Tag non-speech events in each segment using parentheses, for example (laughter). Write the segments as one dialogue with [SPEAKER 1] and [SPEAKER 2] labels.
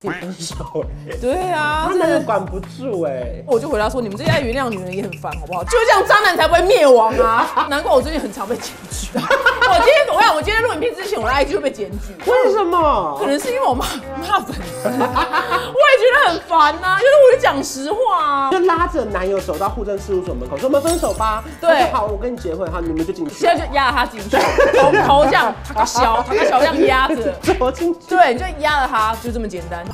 [SPEAKER 1] 自己分手哎、
[SPEAKER 2] 对啊
[SPEAKER 1] 他，
[SPEAKER 2] 真
[SPEAKER 1] 真
[SPEAKER 2] 的
[SPEAKER 1] 的管不住哎、
[SPEAKER 2] 我就回答说，你们这些爱原谅女人也很烦，好不好？就这样，渣男才不会灭亡啊！难怪我最近很常被检举。 (laughs) 我今天，我想，我今天录影片之前，我的 IG 就被检举。
[SPEAKER 1] 为什
[SPEAKER 2] 可
[SPEAKER 1] 么？
[SPEAKER 2] 能是因为我骂骂粉丝，我也觉得很烦呐、啊。就是我就讲实话啊
[SPEAKER 1] 就，拉着男友走到户政事务所门口，说我们分手吧。
[SPEAKER 2] 对
[SPEAKER 1] 他说好，我跟你结婚，好，你们就进去。
[SPEAKER 2] 现在就压他进去，头头这样，他个小，他个小这样压着。
[SPEAKER 1] 走进去。
[SPEAKER 2] 对，你就压了他，就这么简单。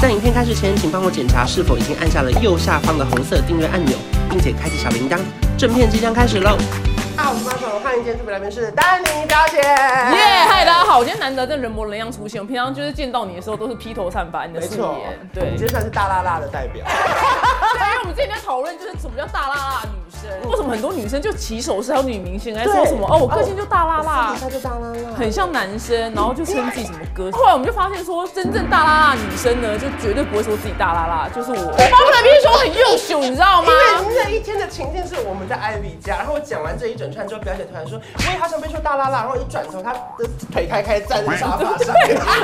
[SPEAKER 1] 在影片开始前，请帮我检查是否已经按下了右下方的红色订阅按钮，并且开启小铃铛。正片即将开始喽！啊，我是马总，欢迎今天特别来宾是丹妮表姐。
[SPEAKER 2] 耶，
[SPEAKER 1] 耶
[SPEAKER 2] 嗨，大家好！我今天难得真人模人样出现，我平常就是见到你的时候都是披头散发，你的
[SPEAKER 1] 没
[SPEAKER 2] 素
[SPEAKER 1] 错
[SPEAKER 2] 颜，。
[SPEAKER 1] 你
[SPEAKER 2] 对，
[SPEAKER 1] 今天算是大辣辣的代表。
[SPEAKER 2] (laughs) 对，因为我们之前在讨论，就是什么叫大辣辣女生，为什么很多女生就起手式还有女明星，还说什么
[SPEAKER 1] 对
[SPEAKER 2] 哦，我个性就大辣
[SPEAKER 1] 我
[SPEAKER 2] 辣
[SPEAKER 1] 私底，下就大辣辣。
[SPEAKER 2] 很像男生，然后就称自己什么哥。后来我们就发现说，真正大辣辣女生呢，就绝对不会说自己大辣辣，就是我。我方来宾说很优秀，你知道吗？
[SPEAKER 1] 因为那一天的情境是我们在艾比家，然后我讲完这一整串之后，表姐突然说：“我也好想被说大拉拉。”然后一转头，她的腿开开站在沙 (laughs) 发上。
[SPEAKER 2] (laughs)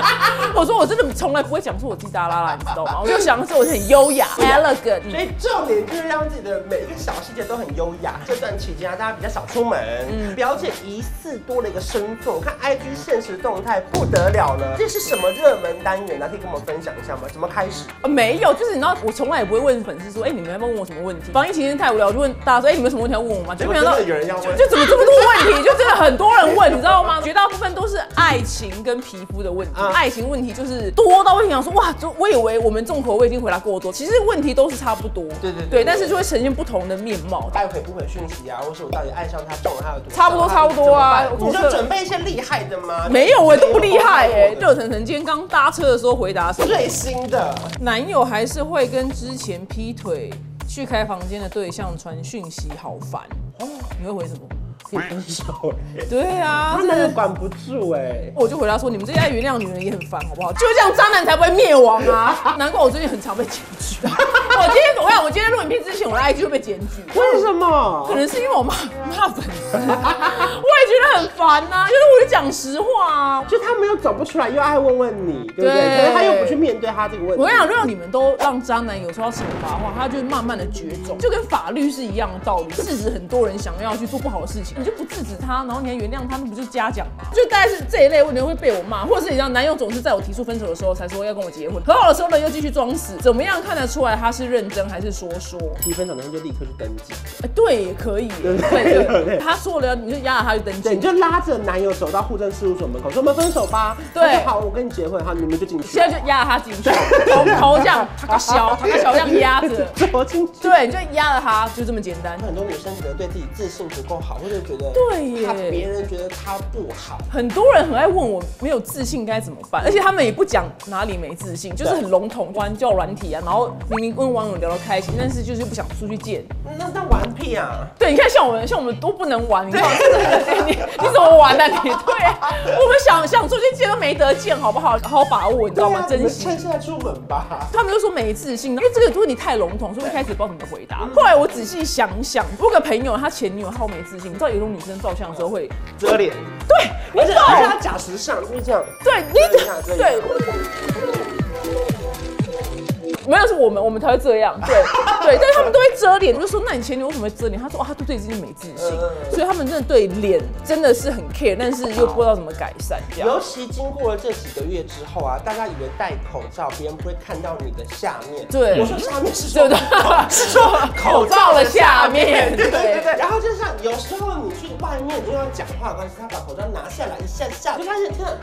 [SPEAKER 2] 我说我真的从来不会讲说我自己大辣辣，你知道吗？我就想的是我很优雅，elegant。
[SPEAKER 1] 所以哎重点就是让自己的每一个小细节都很优雅。这段期间啊，大家比较少出门，嗯表姐疑似多了一个身份。我看 IG 现实动态不得了了，这是什么热门单元呢、啊可以跟我们分享一下吗？怎么开始？
[SPEAKER 2] 啊没有，就是你知道，我从来也不会问粉丝说，哎、你们要不要问我什么问题？防疫期间太无聊，我就问大家说，哎、你们有什么问题要问我吗？
[SPEAKER 1] 结
[SPEAKER 2] 就
[SPEAKER 1] 果
[SPEAKER 2] 没想
[SPEAKER 1] 真
[SPEAKER 2] 到
[SPEAKER 1] 的有人要问，
[SPEAKER 2] 就怎么这么多问题？就真的很多人问，你知道吗？绝大部分都是爱情跟皮肤的问题
[SPEAKER 1] 嗯。
[SPEAKER 2] 爱情问题就是多到会想说，哇，就我以为我们众口味已经回答够多，其实问题都是差不多。
[SPEAKER 1] 对对对
[SPEAKER 2] 对，但是就会呈现不同的面貌。
[SPEAKER 1] 爱回不回讯息啊，或是我到底爱上他中了他的毒手，
[SPEAKER 2] 差不多差不多啊
[SPEAKER 1] 怎么办你
[SPEAKER 2] 我
[SPEAKER 1] 就
[SPEAKER 2] 是
[SPEAKER 1] 准备一些厉害的吗？
[SPEAKER 2] 没有哎、都不厉害哎、
[SPEAKER 1] 没有
[SPEAKER 2] 热腾腾今天刚搭车的时候回答什么？
[SPEAKER 1] 最新的，
[SPEAKER 2] 男友还是会跟之前劈腿去开房间的对象传讯息，好烦。哦你会回
[SPEAKER 1] (laughs)
[SPEAKER 2] 什么？
[SPEAKER 1] 自己分手哎，
[SPEAKER 2] 对啊，
[SPEAKER 1] 他
[SPEAKER 2] 真的
[SPEAKER 1] 男友管不住哎，
[SPEAKER 2] 我就回答说，你们这些爱原谅女人也很烦，好不好？就这样，渣男才不会灭亡
[SPEAKER 1] (laughs)
[SPEAKER 2] 啊！难怪我最近很常被检举。啊 (laughs) 我今天，我想，我今天录影片之前，我的 IG 就被检举。
[SPEAKER 1] 为什
[SPEAKER 2] 可
[SPEAKER 1] 么？
[SPEAKER 2] 能是因为我骂骂粉
[SPEAKER 1] (laughs)
[SPEAKER 2] 丝，我也觉得很烦呐、就是我就讲实话啊。
[SPEAKER 1] 就他们又走不出来，又爱问问你，对不对？
[SPEAKER 2] 对
[SPEAKER 1] 可是他又不去面对他这个问题。
[SPEAKER 2] 我想，如果你们都让渣男有受到惩罚的话，他就会慢慢的绝种，就跟法律是一样的道理。制止很多人想要去做不好的事情，你就不制止他，然后你还原谅他，那不就嘉奖吗？就大概是这一类问题会被我骂，或者是你知道，男友总是在我提出分手的时候才说要跟我结婚，和好的时候呢又继续装死，怎么样看得出来他是认真还是说说？
[SPEAKER 1] 提分手的时候就立刻去登记，
[SPEAKER 2] 哎，对，也可以，
[SPEAKER 1] 对
[SPEAKER 2] 对
[SPEAKER 1] 对
[SPEAKER 2] 对
[SPEAKER 1] 对
[SPEAKER 2] 对，他说了，你就压着他去登
[SPEAKER 1] 对，你
[SPEAKER 2] 记。
[SPEAKER 1] 就拉着男友走到户政事务所门口，说我们分手吧。
[SPEAKER 2] 对
[SPEAKER 1] 他说好，我跟你结婚，好，你们就进去。
[SPEAKER 2] 现在就压着他进去，头头这样，他个小，他个小这样压着，
[SPEAKER 1] 走进去。
[SPEAKER 2] 对，你就压着他，就这么简单。
[SPEAKER 1] (laughs) 很多女生可能对自己自信不够好，或者觉得
[SPEAKER 2] 对耶
[SPEAKER 1] 怕别人觉得她不好，
[SPEAKER 2] 很多人很爱问我没有自信该怎么
[SPEAKER 1] 嗯
[SPEAKER 2] 办，而且他们也不讲哪里没自信，就是很笼统，玩交友软体啊，然后明明跟网友聊得开心，但是就是不想出去见。
[SPEAKER 1] 那那玩屁啊！
[SPEAKER 2] 对，你看像我们像我们都不能玩，你看真的很，你你怎么玩呢、你对，我们想想出去见都没得见，好不好？好好把握，你知道
[SPEAKER 1] 对
[SPEAKER 2] 吗
[SPEAKER 1] 啊？你
[SPEAKER 2] 珍
[SPEAKER 1] 们
[SPEAKER 2] 惜。
[SPEAKER 1] 趁现在出门吧。
[SPEAKER 2] 他们就说没自信，因为这个问题太笼统，所以我一开始不知道怎么回
[SPEAKER 1] 嗯
[SPEAKER 2] 答。后来我仔细想想，我有个朋友他前女友超没自信，你知道有一种女生照相的时候会，
[SPEAKER 1] 遮脸，
[SPEAKER 2] 对，你
[SPEAKER 1] 而且
[SPEAKER 2] 懂，
[SPEAKER 1] 而且他假时尚就是这样，
[SPEAKER 2] 对
[SPEAKER 1] 遮一
[SPEAKER 2] 你
[SPEAKER 1] 下遮一下
[SPEAKER 2] 对，没有是我们，我们才会这样，对对，但是他们都会遮脸，就说那你前女友为什么会遮脸？他说哦，他对自己没自信
[SPEAKER 1] 嗯嗯，嗯
[SPEAKER 2] 所以他们真的对脸真的是很 care，但是又不知道怎么改善，这样
[SPEAKER 1] 尤其经过了这几个月之后啊，大家以为戴口罩别人不会看到你的下面。
[SPEAKER 2] 对
[SPEAKER 1] 我说下面是
[SPEAKER 2] 对
[SPEAKER 1] 说
[SPEAKER 2] 不对？
[SPEAKER 1] 是
[SPEAKER 2] (laughs)
[SPEAKER 1] 说口罩的下面。对对对对。然后就像有时候你去外面就要讲话的关系，他把口罩拿下来一下下，就发现真的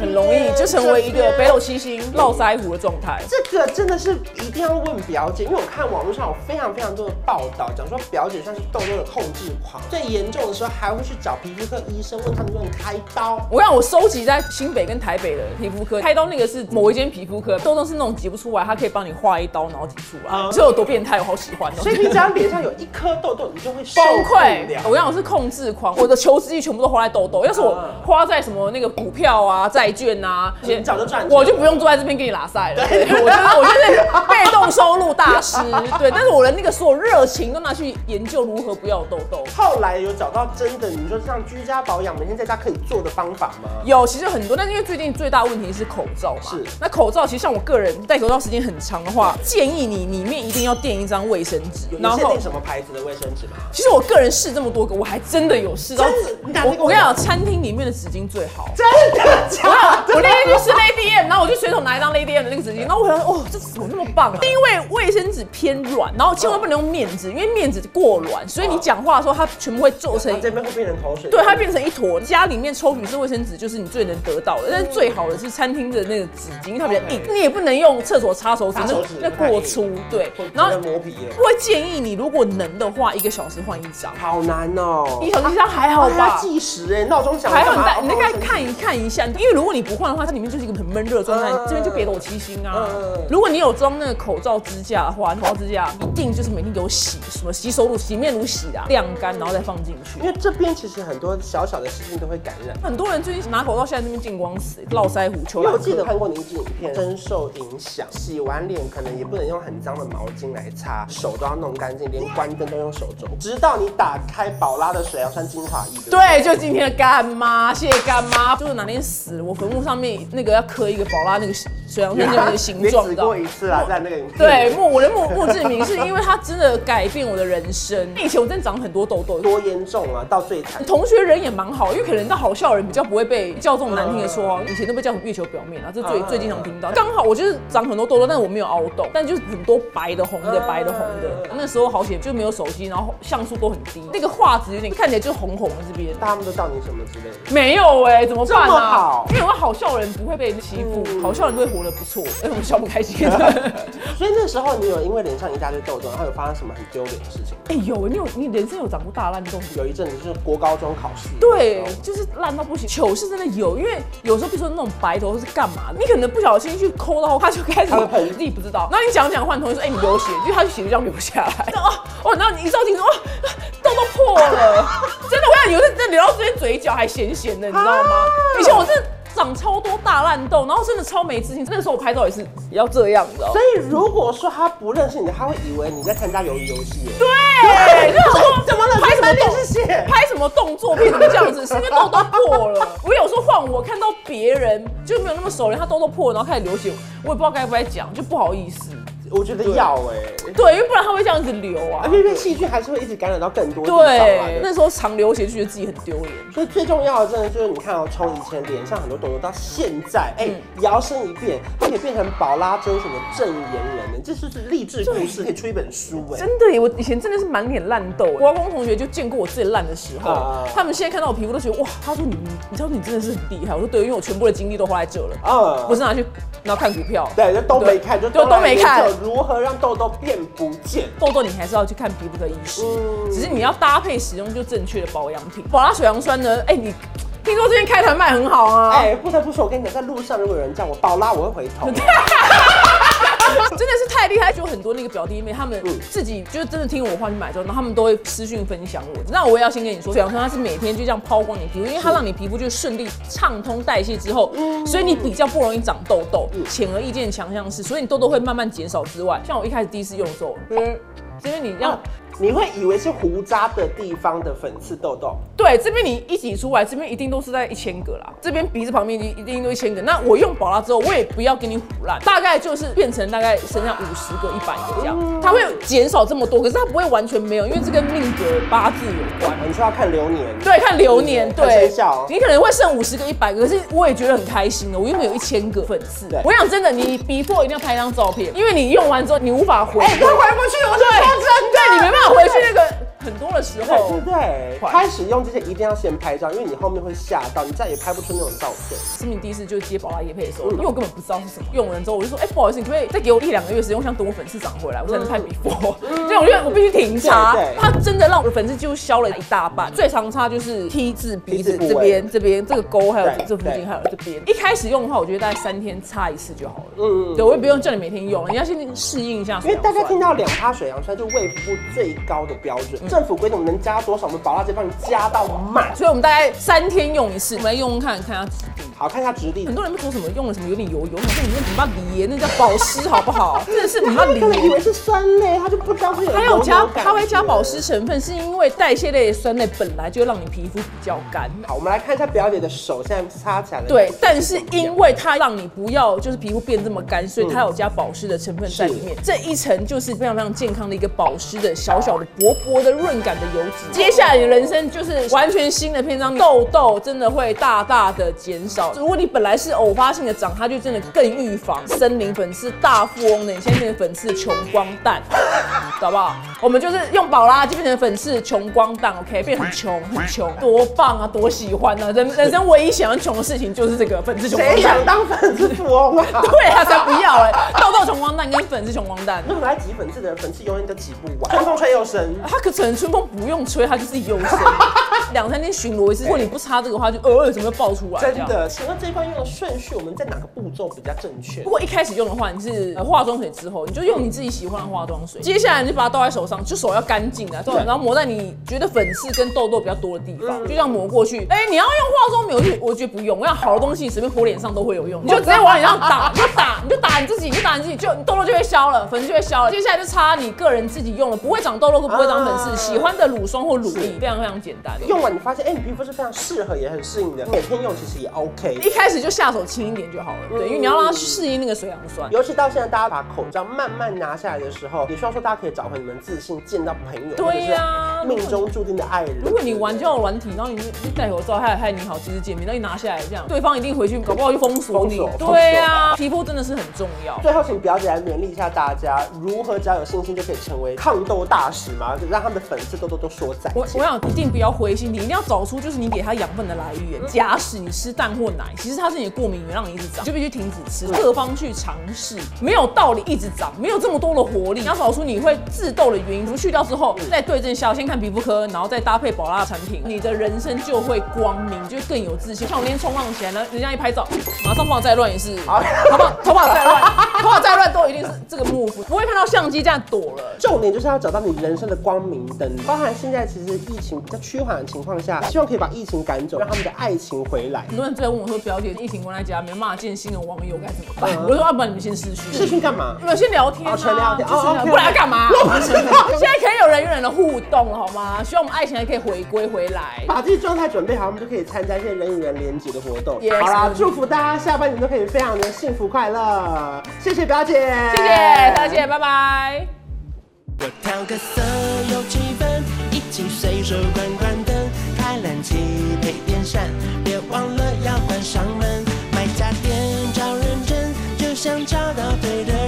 [SPEAKER 2] 很容易就成为一个北斗七星络腮胡的状态。
[SPEAKER 1] 这个真的是一定要问表姐，因为我看网络上有非常非常多的报道，讲说表姐算是痘痘的控制狂，最严重的时候还会去找皮肤科医生问他们能不能开刀。
[SPEAKER 2] 我让我收集在新北跟台北的皮肤科，开刀那个是某一间皮肤科，痘痘是那种挤不出来，它可以帮你划一刀然后挤出
[SPEAKER 1] 嗯
[SPEAKER 2] 来，所以有多变态，我好喜欢哦。
[SPEAKER 1] 所以你只要脸上有一颗痘痘，你就会受
[SPEAKER 2] 崩
[SPEAKER 1] 不
[SPEAKER 2] 溃
[SPEAKER 1] 了！。
[SPEAKER 2] 我让我是控制狂，我的求知欲全部都花在痘痘。要是我花在什么那个股票啊、债券啊，
[SPEAKER 1] 你早就赚钱了
[SPEAKER 2] 我就不用坐在这边跟你拉塞了。对我就是我就是被动收入大师，对，但是我的那个所有热情都拿去研究如何不要有痘痘。
[SPEAKER 1] 后来有找到真的，你说像居家保养，每天在家可以做的方法吗？
[SPEAKER 2] 有，其实很多，但是因为最近最大问题是口罩嘛。
[SPEAKER 1] 是
[SPEAKER 2] 那口罩其实像我个人戴口罩时间很长的话，建议你里面一定要垫一张卫生纸。
[SPEAKER 1] 有有限定什么牌子的卫生纸吗？
[SPEAKER 2] 其实我个人试这么多个，我还真的有试到。
[SPEAKER 1] 真的你拿那
[SPEAKER 2] 我
[SPEAKER 1] 个
[SPEAKER 2] 我跟你讲，餐厅里面的纸巾最好。
[SPEAKER 1] 真的假
[SPEAKER 2] 我那天去吃 Lady M，然后我就随手拿一张 Lady M 的那个纸巾，然后我想说，哦，这怎么那么棒啊？因为卫生纸偏软，然后千万不能用面纸，因为面纸过软，所以你讲话的时候它全部会皱成
[SPEAKER 1] 这边会变成口水。
[SPEAKER 2] 对，它变成一坨。家里面抽取式卫生纸就是你最能得到的，但是
[SPEAKER 1] 嗯
[SPEAKER 2] 最好的是餐厅的那个纸巾，因为它比较硬
[SPEAKER 1] OK，
[SPEAKER 2] 你也不能用厕所擦手指
[SPEAKER 1] 擦，手指
[SPEAKER 2] 那那
[SPEAKER 1] 不太
[SPEAKER 2] 过
[SPEAKER 1] 硬
[SPEAKER 2] 粗。对
[SPEAKER 1] 会，
[SPEAKER 2] 然后
[SPEAKER 1] 真的磨皮了
[SPEAKER 2] 我会建议你，如果能的话，一个小时换一张，
[SPEAKER 1] 好难哦、
[SPEAKER 2] 一小时一张还好
[SPEAKER 1] 啊它
[SPEAKER 2] 吧？
[SPEAKER 1] 计时哎，闹钟响了
[SPEAKER 2] 还好你
[SPEAKER 1] 干嘛
[SPEAKER 2] 大，你大概看一看一下，因为如果你不换的话，它里面就是一个很闷热的状态，
[SPEAKER 1] 嗯
[SPEAKER 2] 这边就别给我七星啊
[SPEAKER 1] 嗯嗯嗯。
[SPEAKER 2] 如果你有装那个口罩支架的话，口罩支架一定啊就是每天有洗什么洗手乳、洗面乳洗的啊，晾干然后再放进去
[SPEAKER 1] 因。为这边其实很多小小的细菌都会感染。
[SPEAKER 2] 很多人最近拿口罩，现在这边进光死，络腮胡、球
[SPEAKER 1] 因为
[SPEAKER 2] 兰
[SPEAKER 1] 我记得
[SPEAKER 2] 科。
[SPEAKER 1] 看过您一支影片，深受影响。洗完脸可能也不能用很脏的毛巾来擦，手都要弄干净，连关灯都用手肘。直到你打开宝拉的水，要穿精华液。不，
[SPEAKER 2] 对，就今天的干妈，谢谢干妈。就是哪天死了，我坟墓上面那个要刻一个宝拉那个水
[SPEAKER 1] (laughs)
[SPEAKER 2] 杨春那个形状，
[SPEAKER 1] 你
[SPEAKER 2] 你
[SPEAKER 1] 只
[SPEAKER 2] 知道
[SPEAKER 1] 过
[SPEAKER 2] 吗
[SPEAKER 1] 一次啊，在那个影片。
[SPEAKER 2] 对，，墓我的墓墓志铭是因为他真的改变我的人生。以前我真的长很多痘痘，
[SPEAKER 1] 多严重啊，到最惨。
[SPEAKER 2] 同学人也蛮好，因为可能到好笑的人比较不会被叫这种难听的说以前都被叫什么月球表面啊，这最
[SPEAKER 1] 嗯
[SPEAKER 2] 最经常听到。刚好我就是长很多痘痘，但是我没有凹痘，但就是很多白的、红的、
[SPEAKER 1] 嗯
[SPEAKER 2] 白的、红的。那时候好险就没有手机，然后像素都很低，那个画质有点看起来就红红的这边。
[SPEAKER 1] 他们都到你什么之类的。
[SPEAKER 2] 没有哎、怎么办
[SPEAKER 1] 这么
[SPEAKER 2] 啊
[SPEAKER 1] 好？
[SPEAKER 2] 因为我好笑的人不会被欺负，
[SPEAKER 1] 嗯
[SPEAKER 2] 好笑的人都会活得不 (laughs) 错。哎、我们笑不开心 (laughs) 的。
[SPEAKER 1] 所以那时候你有因为脸上一大堆痘痘，然后有发生什么很丢脸的事情吗？
[SPEAKER 2] 哎、有你有你人生有长过大烂痘吗？
[SPEAKER 1] 有一阵子就是国高中考试，
[SPEAKER 2] 对，就是烂到不行。糗事真的有，因为有时候比如说那种白头是干嘛的，你可能不小心去抠到，它就开始
[SPEAKER 1] 它会喷
[SPEAKER 2] 自己不知道。然后你讲讲，换同学说，哎、你流血，因为他就血就这样流下来。 (laughs) 哦哦，然后你一照镜子，哇，痘痘破了，真的，我想有的真的流到这边嘴角还咸咸的，你知道吗？以前我真的长超多大烂痘，然后真的超没自信。那个时候我拍照也是也要这样，你哦知道吗
[SPEAKER 1] 所？以如果说他不认识你，他会以为你在参加鱿鱼游戏耶。
[SPEAKER 2] (laughs) 对，就很多
[SPEAKER 1] 怎么了？
[SPEAKER 2] 拍什么
[SPEAKER 1] 满
[SPEAKER 2] 动
[SPEAKER 1] 脸是血？
[SPEAKER 2] 拍什么动作片怎么这样子？是因为痘痘破了。我有时候换我看到别人就没有那么熟人，他痘痘破了，然后开始流血，我也不知道该不该讲，就不好意思。
[SPEAKER 1] 我觉得要哎、
[SPEAKER 2] 对，因为不然他会这样子流啊 (laughs)
[SPEAKER 1] 而。且因为细菌还是会一直感染到更多地方嘛
[SPEAKER 2] 对，那时候常流血就觉得自己很丢脸。
[SPEAKER 1] 所以最重要的真的就是你看哦，从以前脸上很多痘痘到现在，哎、
[SPEAKER 2] 嗯
[SPEAKER 1] 摇身一变，而且变成宝拉真神的证言人呢，这就是励志故事，可以出一本书哎。
[SPEAKER 2] 真的耶，我以前真的是满脸烂痘耶。国光同学就见过我最烂的时候
[SPEAKER 1] 啊，
[SPEAKER 2] 他们现在看到我皮肤都觉得哇，他说你，你知道你真的是很厉害。我说对，因为我全部的精力都花在这了，
[SPEAKER 1] 嗯
[SPEAKER 2] 不是拿去然后看股票。
[SPEAKER 1] 对，就都没看，
[SPEAKER 2] 啊对都没看。
[SPEAKER 1] 如何让痘痘变不见？
[SPEAKER 2] 痘痘你还是要去看皮肤科医师，
[SPEAKER 1] 嗯
[SPEAKER 2] 只是你要搭配使用就正确的保养品。宝拉水杨酸呢？哎、你听说最近开团卖很好啊？
[SPEAKER 1] 哎、不得不说，我跟你讲，在路上如果有人叫我宝拉，我会回头。
[SPEAKER 2] (laughs) 真的是太厉害，就很多那个表弟妹，他们
[SPEAKER 1] 嗯
[SPEAKER 2] 自己就是真的听我话去买之后，然后他们都会私讯分享我。那我也要先跟你说，水杨酸它是每天就这样抛光你皮肤，因为它让你皮肤就顺利畅通代谢之后，
[SPEAKER 1] 嗯
[SPEAKER 2] 所以你比较不容易长痘痘。显而易见强项是，所以你痘痘会慢慢减少之外，像我一开始第一次用的时候，
[SPEAKER 1] 嗯，哦
[SPEAKER 2] 是因为你要
[SPEAKER 1] 你会以为是胡渣的地方的粉刺痘痘，
[SPEAKER 2] 对，这边你一挤出来，这边一定都是在一千个啦，这边鼻子旁边一定一定都一千个。那我用宝拉之后，我也不要给你胡烂，大概就是变成大概剩下五十个、一百个这
[SPEAKER 1] 嗯
[SPEAKER 2] 样，它会减少这么多，可是它不会完全没有，因为这跟命格八字有关。
[SPEAKER 1] 你说要看流年。
[SPEAKER 2] 对，看流年，
[SPEAKER 1] 嗯看
[SPEAKER 2] 对
[SPEAKER 1] 生肖，
[SPEAKER 2] 你可能会剩五十个、一百个，可是我也觉得很开心的，我因为有一千个粉丝
[SPEAKER 1] 对。
[SPEAKER 2] 我想真的，你 before 一定要拍一张照片，因为你用完之后你无法回，
[SPEAKER 1] 哎，快回不去，我是
[SPEAKER 2] 对
[SPEAKER 1] 说真的，
[SPEAKER 2] 对，你没办法回去那个很多的时
[SPEAKER 1] 对
[SPEAKER 2] 候
[SPEAKER 1] 对。对，
[SPEAKER 2] 快
[SPEAKER 1] 开始用这些一定要先拍照，因为你后面会吓到，你再也拍不出那种照片。
[SPEAKER 2] 生命第一次就是接宝拉叶配的时候，因为我根本不知道是什么。用完之后，我就说，哎、不好意思，你可不可以再给我一两个月时间，我想等我粉刺长回来，我才能拍 before。所以 (laughs) 我觉得我必须停擦
[SPEAKER 1] 嗯对对，嗯
[SPEAKER 2] 它真的让我的粉刺几乎消了一大半。最常擦就是 T 字鼻子
[SPEAKER 1] 鼻子
[SPEAKER 2] 这
[SPEAKER 1] 部位
[SPEAKER 2] 边、这边这个沟，还有
[SPEAKER 1] 对
[SPEAKER 2] 这附近，
[SPEAKER 1] 对
[SPEAKER 2] 还有这边。一开始用的话，我觉得大概三天擦一次就好了。
[SPEAKER 1] 嗯
[SPEAKER 2] 嗯，对，我也不用叫你每天用，你要先适应一下
[SPEAKER 1] 因
[SPEAKER 2] 水
[SPEAKER 1] 为
[SPEAKER 2] 杨酸。
[SPEAKER 1] 大家听到两趴水杨酸，就胃部最高的标准，政府规定我们能加多少，我们保大姐帮你加到满。
[SPEAKER 2] 所以我们大概三天用一次，我们来用用看看它质地。
[SPEAKER 1] 好，看一下质地
[SPEAKER 2] 很。多人不说什么用了什么有点油油，我说你那你妈梨耶，那叫保湿好不
[SPEAKER 1] (laughs)
[SPEAKER 2] 好？真的是你妈
[SPEAKER 1] 他们
[SPEAKER 2] 梨
[SPEAKER 1] 可能以为
[SPEAKER 2] 耶。
[SPEAKER 1] 是酸类，他就不知道会有
[SPEAKER 2] 还
[SPEAKER 1] 油
[SPEAKER 2] 有
[SPEAKER 1] 油
[SPEAKER 2] 加，
[SPEAKER 1] 感
[SPEAKER 2] 它会加
[SPEAKER 1] 觉
[SPEAKER 2] 保湿成分，是因为代谢类的酸类本来就会让你皮肤比较干。
[SPEAKER 1] 好，我们来看一下表姐的手现在擦起来的。
[SPEAKER 2] 对，但是因为它让你不要就是皮肤变这么干，所以它有加保湿的成分在里面。这一层就是非常非常健康的一个保湿的小小的薄薄的润感的油脂。接下来你的人生就是完全新的篇章，痘痘真的会大大的减少。如果你本来是偶发性的长，它就真的更预防森林粉刺、大富翁的，你现在变成粉刺穷光蛋，好不好？我们就是用宝拉就变成粉刺穷光蛋，OK，变很穷很穷，多棒啊，多喜欢啊！人人生唯一想要穷的事情就是这个粉刺穷光
[SPEAKER 1] 谁
[SPEAKER 2] 蛋
[SPEAKER 1] 想。 (laughs) 当粉丝富翁啊？
[SPEAKER 2] 对啊，才不要哎、痘痘穷光蛋跟粉刺穷光蛋。
[SPEAKER 1] (laughs) 那很爱挤粉刺的人，粉刺永远都挤不 (laughs) 完。春风吹又生，
[SPEAKER 2] 它可能春风不用吹，它就是优生。两三天巡逻一次，如果你不擦这个的话，就偶尔怎么会爆出来？
[SPEAKER 1] 真。的。请问这一罐用的顺序，我们在哪个步骤比较正确
[SPEAKER 2] 如？果一开始用的话，你是呃化妆水之后，你就用你自己喜欢的化妆水。接下来你就把它倒在手上，就手要干净的，对，然后抹在你觉得粉刺跟痘痘比较多的地方，就这样抹过去。哎，你要用化妆棉，我就我觉得不用，我要好的东西你随便泼脸上都会有用，你就直接往脸上打， (laughs) 你就打，你就打你自己，你就打你自己，就你痘痘就会消了，粉刺就会消了。接下来就擦你个人自己用了，不会长痘痘跟不会长粉
[SPEAKER 1] 啊
[SPEAKER 2] 刺，喜欢的乳霜或乳液，非常非常简单。
[SPEAKER 1] 用完你发现，哎，你皮肤是非常适合，也很适应的，每天用其实也 OK。
[SPEAKER 2] 一开始就下手轻一点就好了，对，因为你要让它去适应那个水杨酸。
[SPEAKER 1] 尤其到现在，大家把口罩慢慢拿下来的时候，也希望说大家可以找回你们自信，见到朋友，
[SPEAKER 2] 对呀
[SPEAKER 1] 或者是命中注定的爱人。
[SPEAKER 2] 如果你玩交友软体，然后你你戴口罩，害害你好，其实见面，然后你拿下来这样，对方一定回去，搞不好就封锁你
[SPEAKER 1] 封锁。
[SPEAKER 2] 对呀、皮肤真的是很重要。
[SPEAKER 1] 最后，请表姐来勉励一下大家，如何只要有信心就可以成为抗痘大使嘛，让他们的粉刺痘痘都说再
[SPEAKER 2] 我
[SPEAKER 1] 见。
[SPEAKER 2] 我想一定不要灰心，你一定要找出就是你给它养分的来源。假使你吃蛋或奶，其实它是你的过敏源，让你一直长，你就必须停止吃，各方去尝试，没有道理一直长，没有这么多的活力。你要找出你会致痘的原因，除去掉之后，再对症下药，先看皮肤科，然后再搭配宝拉的产品，你的人生就会光明，就会更有自信。像我那天冲浪起来呢，人家一拍照，马上帮我再乱一次，
[SPEAKER 1] 好
[SPEAKER 2] 头发头发再乱，头发再乱都一定是这个幕布，不会看到相机这样躲了。
[SPEAKER 1] 重点就是要找到你人生的光明灯，包含现在其实疫情比较趋缓的情况下，希望可以把疫情赶走，让他们的爱情回来。
[SPEAKER 2] 很多人最后问我说：“表姐，疫情关在家，没办法见新的网友，该怎么办？”我就说：“啊要不然你们先试
[SPEAKER 1] 视
[SPEAKER 2] 训，
[SPEAKER 1] 讯干嘛
[SPEAKER 2] 你？们先聊天啊，
[SPEAKER 1] 嗯哦纯聊天
[SPEAKER 2] 就是
[SPEAKER 1] 哦，OK，OK
[SPEAKER 2] 不然要干嘛？
[SPEAKER 1] 我不知道
[SPEAKER 2] 现在可以有人与人的互动了，好吗？希望我们爱情还可以回归回来。
[SPEAKER 1] 把自己状态准备好，我们就可以参加一些人与人连接的活动。
[SPEAKER 2] Yes 嗯
[SPEAKER 1] 好啦，祝福大家下半年都可以非常的幸福快乐。谢谢表姐，谢
[SPEAKER 2] 谢谢大姐，拜拜。”
[SPEAKER 3] 我调个色有气氛，一起随手关关灯，开冷气配电扇，别忘了要关上门。买家电找认真，就像找到对的